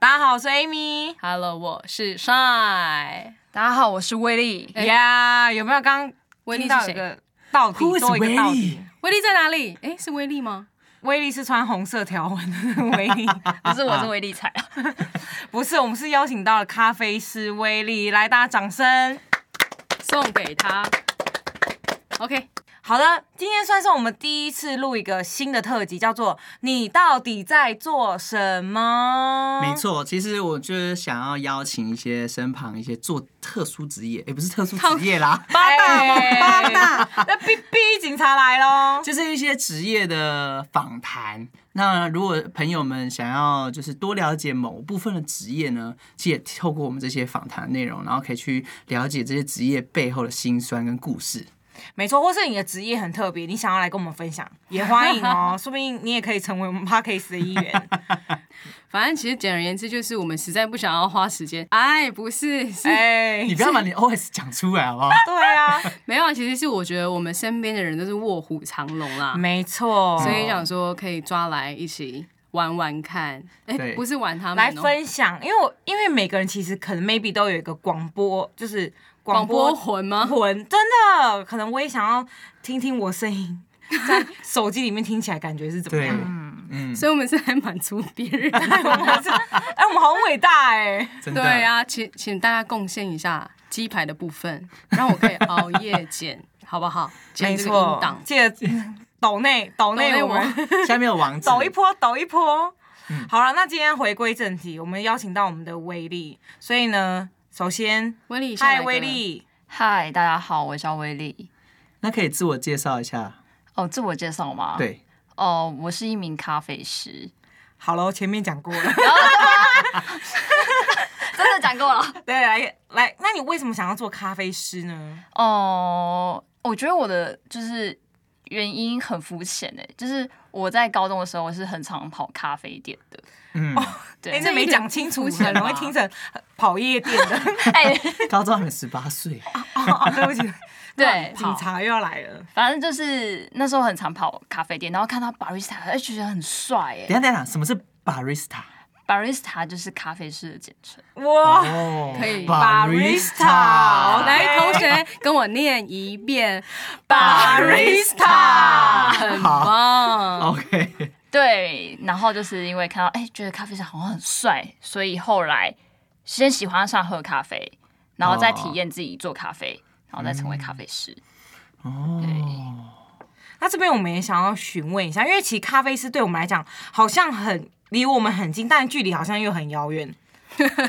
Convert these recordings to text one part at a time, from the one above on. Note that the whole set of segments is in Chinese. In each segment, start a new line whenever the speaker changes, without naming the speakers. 大家好，我是 Amy，Hello，我是 Shy，
大家好，我是威力。
呀，有没有刚
哎威力是
刚听到
谁
一个到底
Who is
多一个到
Willy？
底？
威力在哪里？哎、是威力吗？
威力是穿红色条纹的威 力，
不是，我是威力彩啊。
不是，我们是邀请到了咖啡师威力，来，大家掌声。
送给 他。OK，
好的，今天算是我们第一次录一个新的特辑，叫做“你到底在做什么”。
没错，其实我就是想要邀请一些身旁一些做特殊职业，也不是特殊职业啦，
八大，八大，那 B B 警察来喽！
就是一些职业的访谈。那如果朋友们想要就是多了解某部分的职业呢，其实也透过我们这些访谈内容，然后可以去了解这些职业背后的辛酸跟故事。
没错，或是你的职业很特别，你想要来跟我们分享，也欢迎哦，说不定你也可以成为我们 Parkes 的一员。
反正其实简而言之，就是我们实在不想要花时间。哎，不是，是、
哎，
你不要把你 OS 讲出来好不好？
对啊，
没有啊，其实是我觉得我们身边的人都是卧虎藏龙啦，
没错，
所以想说可以抓来一起玩玩看。哎、
对
不是玩他们、
来
哦，
分享，因为我因为每个人其实可能 maybe 都有一个广播，就是
广
广
播
播
魂吗？
魂，真的，可能我也想要听听我声音，在手机里面听起来感觉是怎么
对，
样？
嗯，
所以我们是来满足 别人。
我们是哎，我们好伟大哎、
真的。
对啊，请请大家贡献一下鸡排的部分，让我可以熬夜剪，好不好？
没
剪这个音
错
档，。
记得 抖内抖内
抖内
我们。
下面有网址，
抖一波，抖一波。好了，那今天回归正题，我们邀请到我们的威力，所以呢，首先，
威力，
嗨，威，力，
嗨，大家好，我叫威力。
那可以自我介绍一下？
哦，自我介绍吗？。
对，
哦，我是一名咖啡师。
好喽，前面讲过了，
真的讲过了。
对，来来，那你为什么想要做咖啡师呢？
哦，我觉得我的就是原因很肤浅诶，就是我在高中的时候，我是很常跑咖啡店的。
嗯，
哎、
对，
这没讲清楚，可能会听成跑夜店 的。
哎，
高中还没十八岁，
哦对不 起，
对，
警
好
察又要来了。
反正就是那时候很常跑咖啡店，然后看到 barista，哎，觉得很帅
等一
诶。
下等一下，什么是 barista？
barista 就是咖啡师的简称。
哇，
哦，
可以哦
barista
来，同学跟我念一遍
Barista
很棒。
OK，
对，然后就是因为看到哎、觉得咖啡师好像很帅，所以后来先喜欢上喝咖啡，然后再
哦
体验自己做咖啡，然后再成为咖啡
嗯
师。
哦，
那这边我们也想要询问一下，因为其实咖啡师对我们来讲好像很离我们很近，但距离好像又很遥远。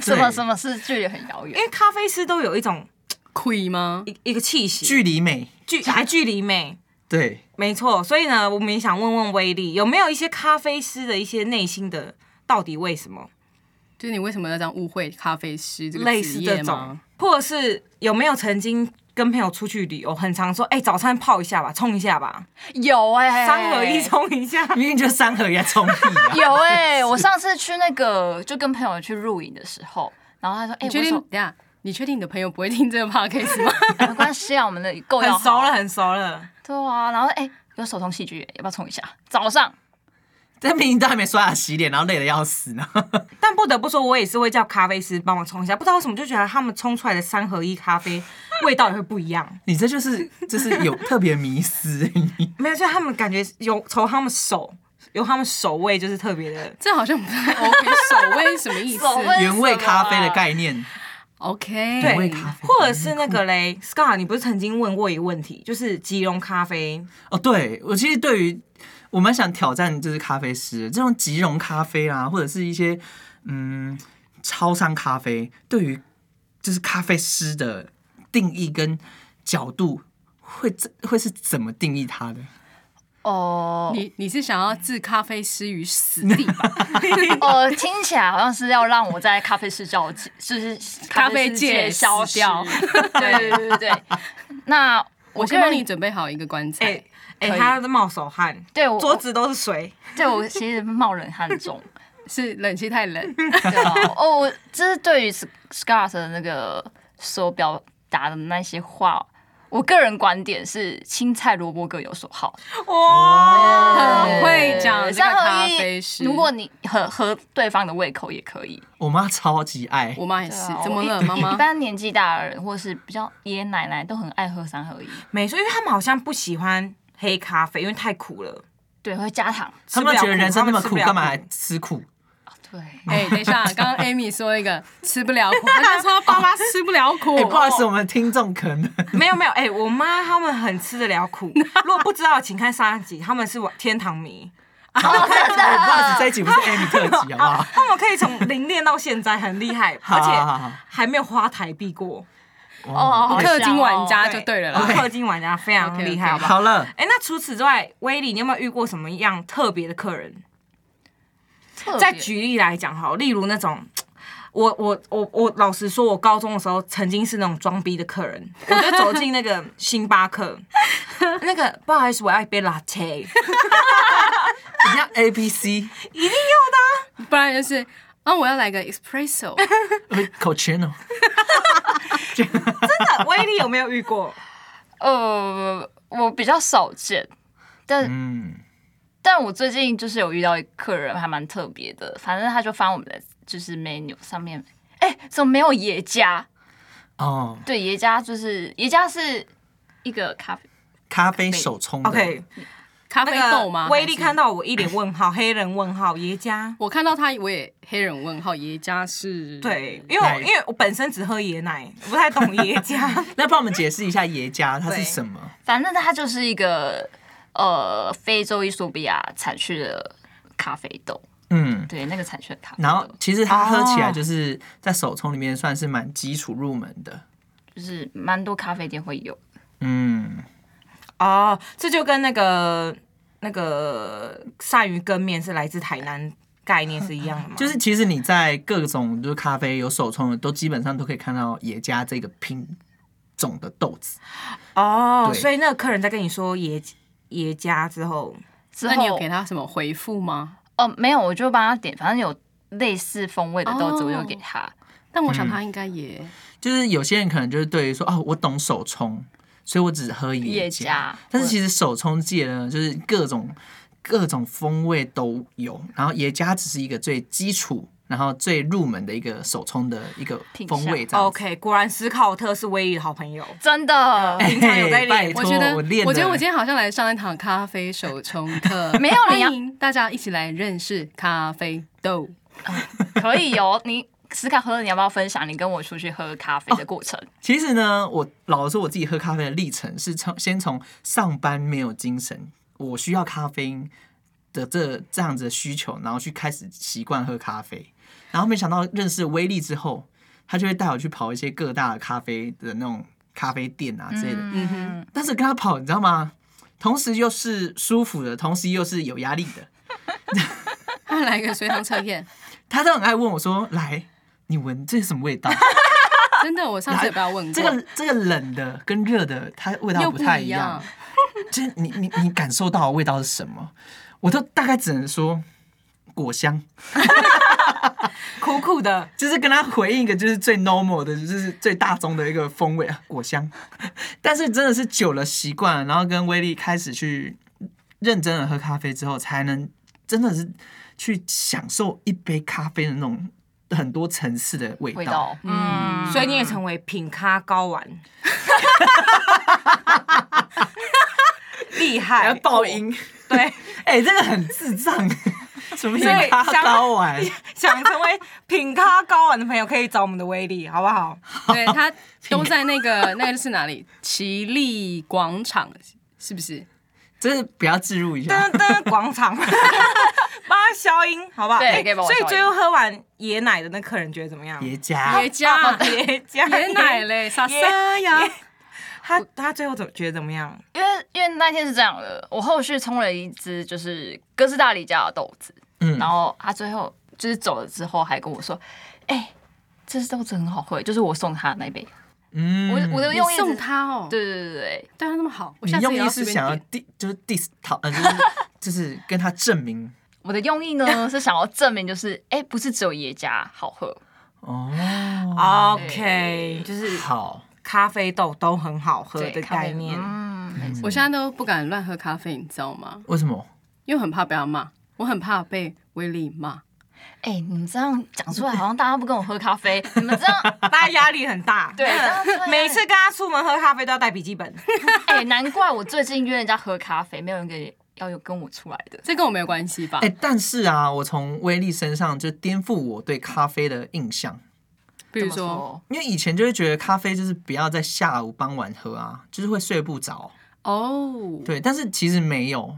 什么
对
什么是距离很遥远
因？为咖啡师都有一种
亏吗？
一一个气息，
距离美，
距还距离美，
对，
没错。所以呢，我们也想问问威力，有没有一些咖啡师的一些内心的到底为什么
就是你为什么要这样误会咖啡师这
类
个
似
职
这
业
种
吗？，
或者是有没有曾经跟朋友出去旅游，很常说，哎、早餐泡一下吧，冲一下吧，
有哎、
三合一冲一 下。
明明就三合一在冲力啊，
有哎、我上次去那个就跟朋友去露营的时候，然后他说：“
你
哎、我
确定？
说
等一下，你确定你的朋友不会听这个 podcast 吗？
没关系啊，我们的 够要
很
好
熟了，。很熟了。
对啊，然后哎、有手动戏剧，要不要冲一下？早上
但明明都还没刷牙洗脸，然后累得要死呢。
但不得不说，我也是会叫咖啡师帮我冲一下，不知道为什么就觉得他们冲出来的三合一咖啡味道也会不一样。
你这就是就是有特别迷失，
没有，就他们感觉有从他们手，有他们手味就是特别的
这好像不太 OK。手 味是什么意思
手味
原味咖啡的概念，
？OK，
原味
对
咖，啡，
或者是那个嘞，Scar，你不是曾经问过一个问题，就是吉隆咖啡，
哦，对我其实对于我蛮想挑战就是咖啡师这种即溶咖啡啊，或者是一些嗯超商咖啡，对于就是咖啡师的定义跟角度会怎会是怎么定义它的？
哦
你你是想要置咖啡师于死地 吧？
哦，听起来好像是要让我在咖啡室叫，就是
咖啡
世
界
界消
死
失。对对对对对。那
我
我
先
个
帮你
人
准备好一个棺材。
哎哎
可，以哦
他在冒手汗，
对我
桌子都是水，
对我其实冒冷汗 重。
是冷气太冷，
对啊，哦，我这是对于 Scott 的那个所表达的那些话，我个人观点是青菜萝卜各有所好。
哇，
很会讲
对
这个
三
咖
合
啡
一
师。
如果你合合对方的胃口也可以。
我妈超级爱，
我妈也
对
是
啊，
怎么
我
了，
一
妈妈
一？般年纪大的人或是比较爷爷奶奶都很爱喝三合一，
没错，因为他们好像不喜欢黑咖啡，因为太苦了。
对，会加糖。
他们觉得人生那么苦，
吃不了苦
干嘛还吃苦？
对，
哎、等一下，刚刚 Amy 说一个吃不了苦，她就说她爸妈吃不了苦
哎、，不好意思，我们听众可能
没有没有，哎、我妈他们很吃得了苦。如果不知道，请看上一集，他们是天堂迷，
我不好意思，这一集不是 Amy 特辑，好不好？
他们可以从零练到现在，很厉害，
好
而
好好好
且还没有花台币过，
哦，好
氪金
香哦
玩家啊就对了啦。
氪金玩家非常
OK，OK
厉害，好不好？
好了，
哎、那除此之外，威利，你有没有遇过什么样特别的客人？
特别
再举例来讲，好，例如那种。我我我我老实说，我高中的时候曾经是那种装逼的客 人，我就走进那个星巴克，那个不好意思，我要一杯 latte，
你要 A B C
不然就是啊，我要来个 espresso，
Cochino，
真的， 威力有没有遇 过？
呃，我比较少见，但、
嗯，
但我最近就是有遇到一个客人还蛮特别的，反正他就翻我们的就是 menu 上面，哎、怎么没有爷家？
哦，
对，爷家就是爷家是一个咖啡，
咖啡手冲的
OK，
咖啡
那
豆
个
吗？
威力
还是
看，到我一脸问号，黑人问号，爷加。
我看到他，我也黑人问号，爷家是，
对，因为我
奶
因为我本身只喝椰奶，我不太懂椰 加。
那帮我们解释一下耶加它是什么？
反正它就是一个呃非洲伊索比亚产区的咖啡豆，
嗯。
对，那个产区的咖啡豆，
然后其实它喝起来
哦
就是在手冲里面算是蛮基础入门的，
就是蛮多咖啡店会有，
嗯，
哦，这就跟那个那个鳝鱼羹面是来自台南概念是一样的嘛？
就是其实你在各种就是咖啡有手冲的，都基本上都可以看到耶加这个品种的豆子。
哦，
对
所以那个客人在跟你说椰椰加之后，
之
那
后
你有给他什么回复吗？
哦、没有，我就帮他点，反正有类似风味的豆子，我就给
哦
他。
但我想他应该也，
就是有些人可能就是对于说哦，我懂手冲，所以我只喝耶
耶加
但是其实手冲界呢，就是各种各种风味都有，然后耶加只是一个最基础，然后最入门的一个手冲的一个
品
风
相
味这样子。
OK，果然斯考特是威力的好朋友。
真的，
哎
平常有在
嘿
练
拜托
我觉得，
我练
觉得
了
我今天好像来上一堂咖啡手冲课，
没有
欢
你要
迎大家一起来认识咖啡豆。
可以哦。你斯卡喝，你要不要分享你跟我出去喝咖啡的过程？
其实呢，我老实说，我自己喝咖啡的历程是从先从上班没有精神，我需要咖啡因的这这样子的需求，然后去开始习惯喝咖啡，然后没想到认识威力之后，他就会带我去跑一些各大的咖啡的那种咖啡店啊之类的，
嗯哼，
但是跟他跑，你知道吗？同时又是舒服的，同时又是有压力的。
他来个随堂测验，
他都很爱问我说：“来，你闻这是什么味道？”
真的，我上次也被他问过，
这个这个冷的跟热的，它味道
又
不
不
太
一
一
样
样。就是你你你感受到的味道是什么？我都大概只能说果香，
苦苦的，
就是跟他回应一个就是最 normal 的，就是最大宗的一个风味啊，果香。 但是真的是久了习惯了，然后跟威力开始去认真的喝咖啡之后，才能真的是去享受一杯咖啡的那种很多层次的味道。
味道，嗯，
所以你也成为品咖高 玩，厉
还要
害，哦
爆音，
对，
哎、这个很智障， 什么
所以
咖
香
高玩？
想成为品咖高玩的朋友可以找我们的威力，好不好？
对他都在那个那个是哪里？奇力广场是不是？
就是不要置入一下。
啊
噔噔广 场，帮他消音，好不好？
对
哎
可以帮我
所以
消音
最后喝完椰奶的那
啊
客人觉得怎么样？
爷家
啊
爷家
椰加
椰奶嘞，傻傻呀，
他他最后怎么觉得怎么样？
因为因为那天是这样的，我后续冲了一只就是哥斯达黎加的豆子，
嗯
然后他最后就是走了之后还跟我说，哎、这只豆子很好喝，就是我送他的那杯，
嗯
我我的
你
用意
送
只，
他哦，
对对对对，
对他那么好，我
你
下次
用
也要
意
随
是
便
想要
点
dis 就是 dis 讨，呃 就是就是跟他证明
我的用意呢是想要证明就是，哎、不是只有耶加好喝，
哦
OK，就是
好，
咖啡豆都很好喝
对
的
咖啡
概念。
嗯，没错，
我现在都不敢乱喝咖啡，你知道吗？
为什么？
因为很怕被他骂，我很怕被威力骂。
哎、你们这样讲出来，好像大家不跟我喝咖啡，你们这样，
大家压力很 大，
对
真的
这样会
每次跟他出门喝咖啡都要带笔记本，
哎、难怪我最近约人家喝咖啡，没有人给要有跟我出来的，
这跟我没有关系吧？
哎、但是啊，我从威力身上就颠覆我对咖啡的印象，
比如
这么
说，
因为以前就会觉得咖啡就是不要在下午傍晚喝啊，就是会睡不着。
哦，
对，但是其实没有，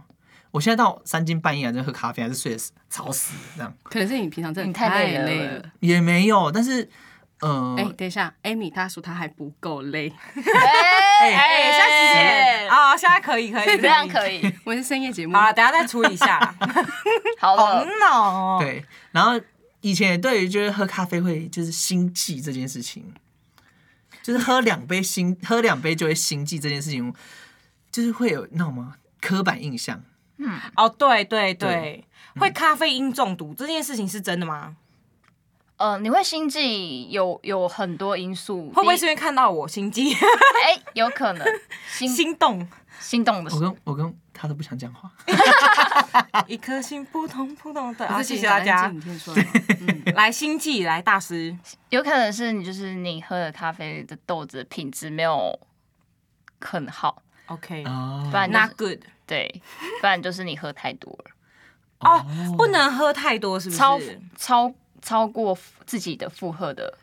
我现在到三更半夜还在喝咖啡，还是睡得死吵死这样，
可能是你平常真的
你太累了
累了。
也没有。但是，呃，
哎、等一下，Amy 她说她还不够累，
哎
哎，下次见嗯啊，现在可以可以，
这样可以，
我是深夜节目
好。了，等一下再处理一下啦。
好
好
了，
恼 哦，
对，然后以前也对于就是喝咖啡会就是心悸这件事情，就是喝两杯心 喝两杯就会心悸这件事情，就是会有那种吗刻板印象。
哦，对对对，嗯会咖啡因中毒这件事情是真的吗？
呃，你会心悸有有很多因素，
会不会是
第
因为看到我心悸、
一哎、有可能心
心动？
心动的时
我
候，
跟我跟他都不想讲话。
一颗心扑通扑通的，
我
啊，
自
谢
己
谢大家
安静。你先说吧。嗯，
来心悸，来大师，
有可能是你就是你喝的咖啡的豆子品质没有很好，
OK，
哦
不然就是
Not good
对，不然就是你喝太多了，
哦，不能喝太多，是不
超
是？
超超过自己的负荷的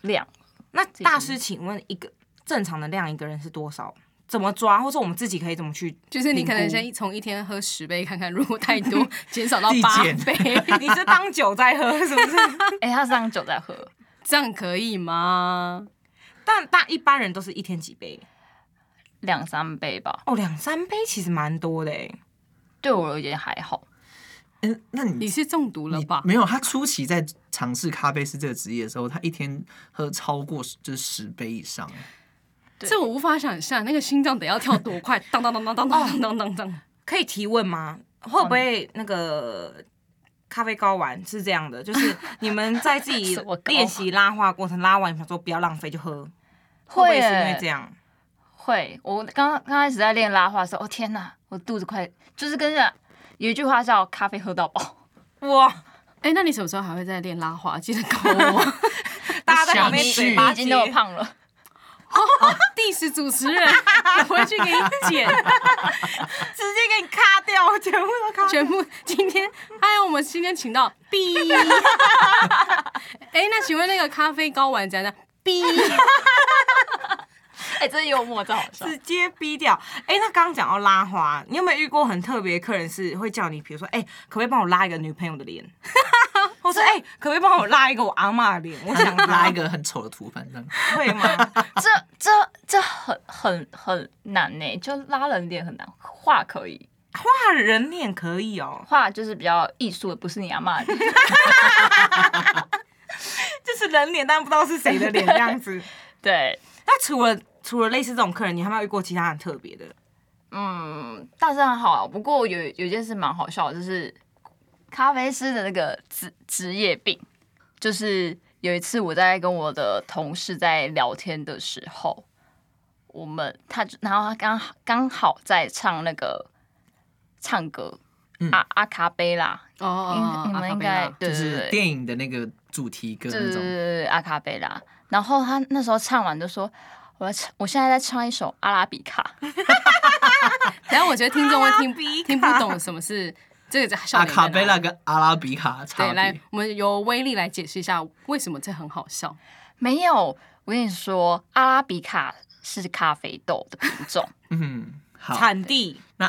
量。
那大师，请问一个正常的量，一个人是多少？怎么抓？或者我们自己可以怎么去？
就是你可能
评估
先一从一天喝十杯看看，如果太多，减少到
递
八
减
杯，
你是当酒在喝，是不是？
哎、他是当酒在喝，
这样可以吗？
但但一般人都是一天几杯？
两三杯吧，
哦，两三杯其实蛮多的欸诶。
对我而言还好。
嗯，那
你
你
是中毒了
你
吧？
没有？他初期在尝试咖啡师这个职业的时候，他一天喝超过十就是十杯以上。
对
这我无法想象，那个心脏得要跳多快，当当当当当当当当当。
可以提问吗？会不会那个咖啡睾丸是这样的？ 就是你们在自 己
什么睾丸
练习拉花的过程，拉完想说不要浪费就喝，会不
会
会是因为
耶
这样？
会，我刚刚开始在练拉花的时候，哦天哪，我肚子快，就是跟着有一句话叫“咖啡喝到 饱
哇，
哎、那你什么时候还会再练拉花？记得告我。
大家在”，旁
你
边
想
嘴
去
巴
已经那么
接
胖了，
第十主持人，我回去给你剪，
直接给你卡掉，全部都卡掉。
全部。今天，哎，我们今天请到 B。哎、那请问那个咖啡睾丸怎样？B。
哎、真幽默，真好笑。
直接逼掉。哎、那刚刚讲到拉花，你有没有遇过很特别的客人是会叫你，比如说，哎、可不可以帮我拉一个女朋友的脸？ 或是哎、可不可以帮我拉一个我阿嬷的脸？我
他
想
想拉
拉
一，个很丑的图，反正
会吗？
这这这很很很难呢、就拉人脸很难，画可以，
画人脸可以哦，
画就是比较艺术的，不是你阿妈的脸。
就是人脸，但不知道是谁的脸这样子。
对，
那除了除了类似这种客人，你还没有遇过其他很特别的？
嗯，大致上好啊。不过有有一件事蛮好笑的，就是咖啡师的那个职职业病，就是有一次我在跟我的同事在聊天的时候，我们他就然后他刚好刚好在唱那个唱歌。
嗯
阿阿卡贝拉，
哦
应你们应该
就
对对对
是
对，
电影的那个主题歌
对
那
对对
种。
对阿卡贝拉。然后他那时候唱完就说：“我要唱，我现在在唱一首阿拉比卡。
然后我觉得听众会听
阿拉比卡
听不懂什么是这个笑
阿
点在哪
啊卡贝拉。跟阿拉比卡差
对，
别
来，我们由威力来解释一下为什么这很好笑。”
没有，我跟你说，阿拉比卡是咖啡豆的品种，
嗯，好，
产地
那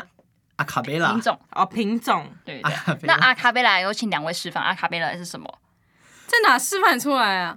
阿卡贝拉
品种
哦，品种
对
啊阿卡
对
贝
那
拉
阿卡贝拉有请两位示范，阿卡贝拉是什么？
这哪示范出来啊？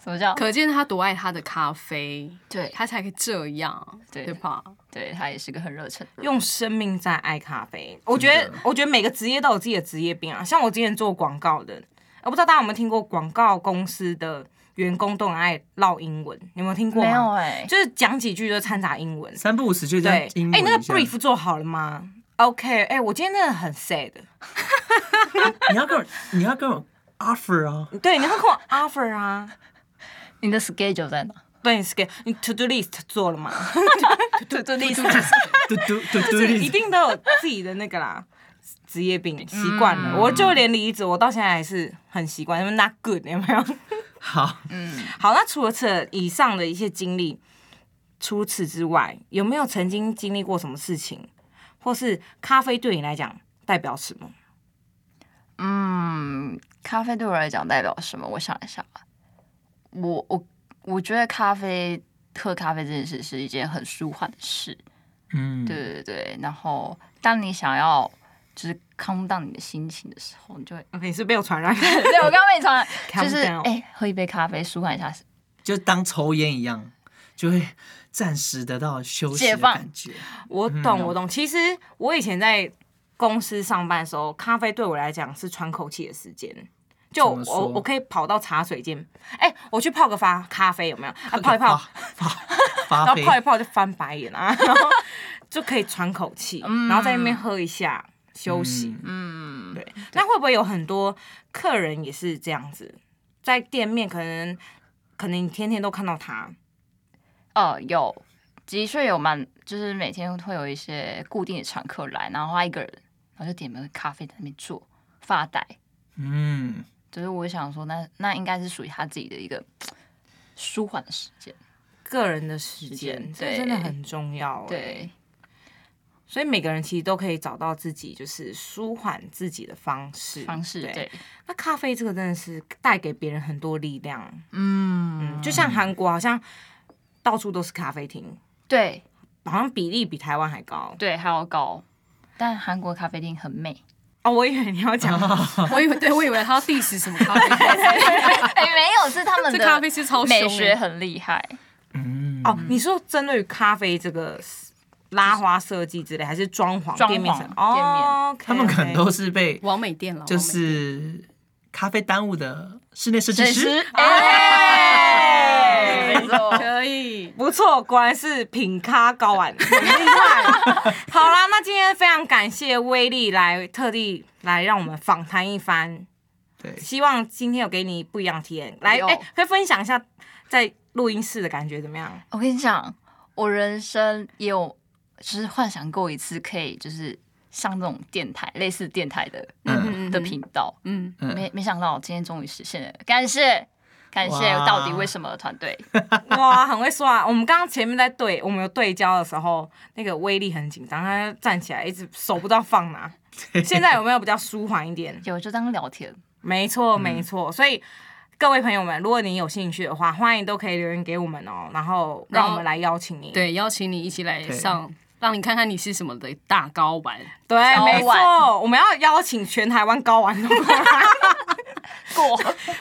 怎么叫？
可见他多爱他的咖啡，
对
他才可以这样，
对
对吧？
对他也是个很热忱的人。
用生命在爱咖啡。我觉得，我觉得每个职业都有自己的职业病啊。像我之前做广告的，呃我不知道大家有没有听过广告公司的员工都很爱唠英文，你有没有听过吗？
没有哎、
就是讲几句就掺杂英文。
三不五时就这
对，
样英
哎、
文一下。
那个 brief 做好了吗？OK，哎、我今天真的很 sad。
你要跟我你要跟我 offer 啊，
对，你会跟我 offer 啊？
你的 schedule 在哪？
对，你 schedule，你 to do list 做了 吗？
对对对，
嘟嘟嘟嘟
就，是一定都有自己的那个啦，职业病习惯了。
嗯
我就连离职，我到现在还是很习惯，因为 not good 有没有？
好。
好，那除了这以上的一些经历，除此之外，有没有曾经经历过什么事情，或是咖啡对你来讲代表什么？
嗯，咖啡对我来讲代表什么？我想一下啊，我我我觉得咖啡喝咖啡这件事是一件很舒缓的事，
嗯，
对对对。然后当你想要就是 calm down 你的心情的时候，你就会，
你是被我传染？
对我刚刚被你传染，就是
Calm down
哎、喝一杯咖啡舒缓一下，
就当抽烟一样，就会暂时得到休息
解
的
放
感觉。
我懂，我懂。其实我以前在公司上班的时候，咖啡对我来讲是喘口气的时间。就
怎么
我
说
我可以跑到茶水间，哎、我去泡个发咖啡有没有？啊，泡一泡，
发
然
发
后
飞，
泡一泡就翻白眼啊，然后就可以喘口气，然后在那边喝一下休息。
嗯，
对，那会不会有很多客人也是这样子，在店面可能可能你天天都看到他，
呃，有，的确有蛮，就是每天会有一些固定的常客来，然后他一个人，然后就点杯咖啡在那边坐发呆。
嗯，
就是我想说那，那应该是属于他自己的一个舒缓的时间。
个人的时间
时间
这真的
对
很重要、欸。，
对，
所以每个人其实都可以找到自己就是舒缓自己的方式。
方式对，
那咖啡这个真的是带给别人很多力量。
嗯
嗯，，就像韩国好像到处都是咖啡厅，
对
好像比例比台湾还高。
对，还有高，但韩国咖啡厅很美，
哦，我以为你要 讲
我以为，对我以为他要 diss 什么咖啡，
哎、没有，是他们
这
的
咖啡师超
美
凶
学
欸。
很厉害。
嗯
哦，你说针对于咖啡这个拉花设计之类，还是装潢
装潢
店面上？
店面
哦，OK，OK，
他们可能都是被
啊
完美店了，
就
完美
是咖啡耽误的室内设计师。
哎
没错，
可以。
不错，果然是品咖高玩，很厉害。 好啦，那今天非常感谢威力来特地来让我们访谈一番，
对，
希望今天有给你不一样的体验。来，
有
哎、可以分享一下在录音室的感觉怎么样？
我跟你讲，我人生也有就是幻想过一次，可以就是上这种电台，类似电台的
嗯
的频道，
嗯，
没没想到今天终于实现了，感谢感谢
哇
到底为什么的团队，
哇，很会说啊！我们刚刚前面在对，我们有对焦的时候，那个威力很紧张，他站起来一直手不知道放哪。现在有没有比较舒缓一点？
有就当聊天，
没错，没错。所以各位朋友们，如果你有兴趣的话，欢迎都可以留言给我们哦，然后
然
让
后
我们来邀请你。
对，邀请你一起来
对
上，让你看看你是什么的大高玩。
对，
高
没错，
玩
我们要邀请全台湾高玩的过来。
过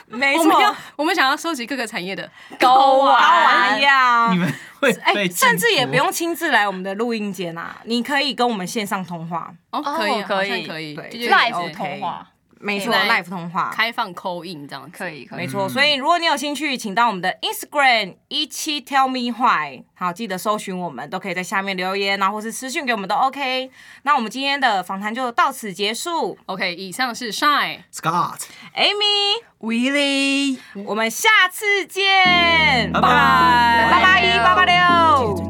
没
我
错，
们要，我们想要收集各个产业的，
高
高玩
玩
一，样
你。们会
哎、
被禁
甚至也
播
不用亲自来我们的录音间啊，你可以跟我们线上通话。
哦，
哦
可以啊，
可
好像
以
可以，
对
这就是
赖
live 通话
没错
可以
，live 通话。
开放扣印这样子
可。以可
没
以，
错，所以如果你有兴趣，请到我们的 Instagram 一七 Tell Me Why，好，记得搜寻我们，都可以在下面留言，啊然后或是私讯给我们都 OK。那我们今天的访谈就到此结束
OK，以上是 Shine。
Scott，
，Amy，
威力。
我们下次见，
拜拜
拜拜八
拜拜
八一八八六。
啊